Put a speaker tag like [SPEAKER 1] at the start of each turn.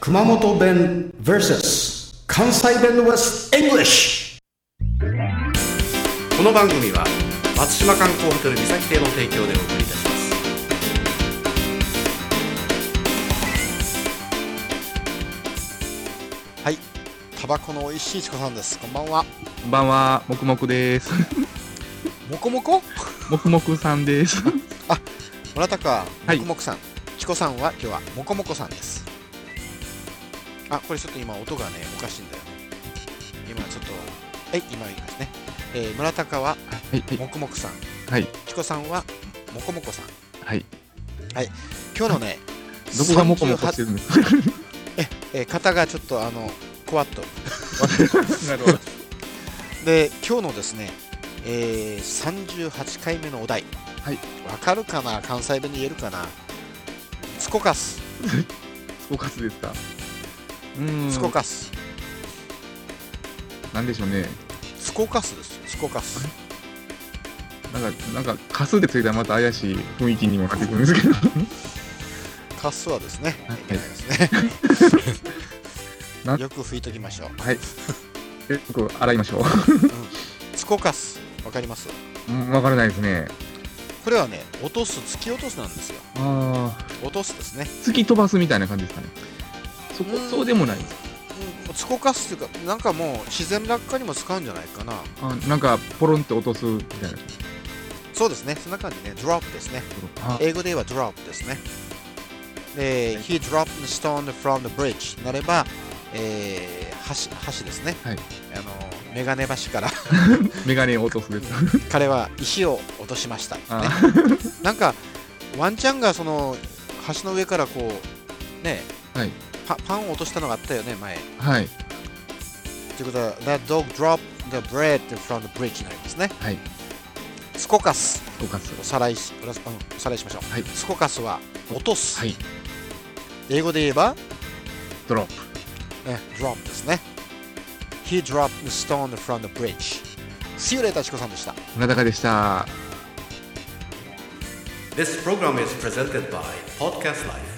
[SPEAKER 1] 熊本弁 vs 関西弁 vs English
[SPEAKER 2] この番組は松島観光ホテル三崎邸の提供でお送りいたします
[SPEAKER 3] はい、タバコの美味しいちこさんです。こんばんは。
[SPEAKER 4] こんばんは、もくもく です。
[SPEAKER 3] もこもこ。
[SPEAKER 4] もくもくさんです。
[SPEAKER 3] 村田か、
[SPEAKER 4] は
[SPEAKER 3] も
[SPEAKER 4] い
[SPEAKER 3] くもくさん。ちこさんは今日はもこもこさんです。あ、これちょっと今音がね、おかしいんだよね。今ちょっと、はい、今言いますね。えー、村田かは
[SPEAKER 4] はい、はい
[SPEAKER 3] もくもくさん。
[SPEAKER 4] はい、
[SPEAKER 3] ちこさんはもこもこさん。
[SPEAKER 4] はい。
[SPEAKER 3] 今日のね、
[SPEAKER 4] どこがもこもこして
[SPEAKER 3] 38
[SPEAKER 4] るんですか
[SPEAKER 3] えー、肩がちょっとあの、こわっと。
[SPEAKER 4] なるほど。
[SPEAKER 3] で、今日のですね、えー、38回目のお題。
[SPEAKER 4] はい。
[SPEAKER 3] わかるかな関西弁で言えるかなつこかす。
[SPEAKER 4] スコカスですかうーん。
[SPEAKER 3] スコ。カス、
[SPEAKER 4] なんでしょうね。
[SPEAKER 3] スコカスですよスコカス
[SPEAKER 4] なんか、なんか、カスでついたらまた怪しい雰囲気にもなってくるんですけ ど。
[SPEAKER 3] カスはですね、
[SPEAKER 4] はい
[SPEAKER 3] いけないです
[SPEAKER 4] な
[SPEAKER 3] ねよく拭いときましょう
[SPEAKER 4] はい。え、僕、洗いましょう。
[SPEAKER 3] スコカスわかります
[SPEAKER 4] うん、わからないですね。
[SPEAKER 3] これはね落とす突き落とすなんですよ
[SPEAKER 4] ああ、
[SPEAKER 3] 落とすですね
[SPEAKER 4] 突き飛ばすみたいな感じですかね。そこ
[SPEAKER 3] うー、ん
[SPEAKER 4] そうでもない。
[SPEAKER 3] うんスコカスっていうかなんかもう自然落下にも使うんじゃないかな
[SPEAKER 4] あなんか、ポロンって落とすみたいな。
[SPEAKER 3] そうですねそんな感じねドロップですね
[SPEAKER 4] あ
[SPEAKER 3] 英語で言えばドロップですねで、He dropped the stone from the bridge なれば、えー、橋橋ですね、
[SPEAKER 4] はい
[SPEAKER 3] あのメガネ橋から
[SPEAKER 4] メガネを落とすです。
[SPEAKER 3] 彼は石を落としました、ね
[SPEAKER 4] あ、
[SPEAKER 3] なんかワンちゃんがその橋の上からこうね、
[SPEAKER 4] はい
[SPEAKER 3] パパンを落としたのがあったよね前
[SPEAKER 4] はい。
[SPEAKER 3] ということは That dog dropped the bread from the bridge になりますね
[SPEAKER 4] はい。
[SPEAKER 3] スコカス
[SPEAKER 4] スコカス。
[SPEAKER 3] おさらいしおらうんおさらいしましょう、
[SPEAKER 4] はい
[SPEAKER 3] スコカスは落とす、
[SPEAKER 4] はい。
[SPEAKER 3] 英語で言えば、
[SPEAKER 4] ドロップ。
[SPEAKER 3] ね、drop ですね He dropped the stone from the bridge See you later チコさんでした
[SPEAKER 4] 村高でした。
[SPEAKER 2] This program is presented by Podcast Life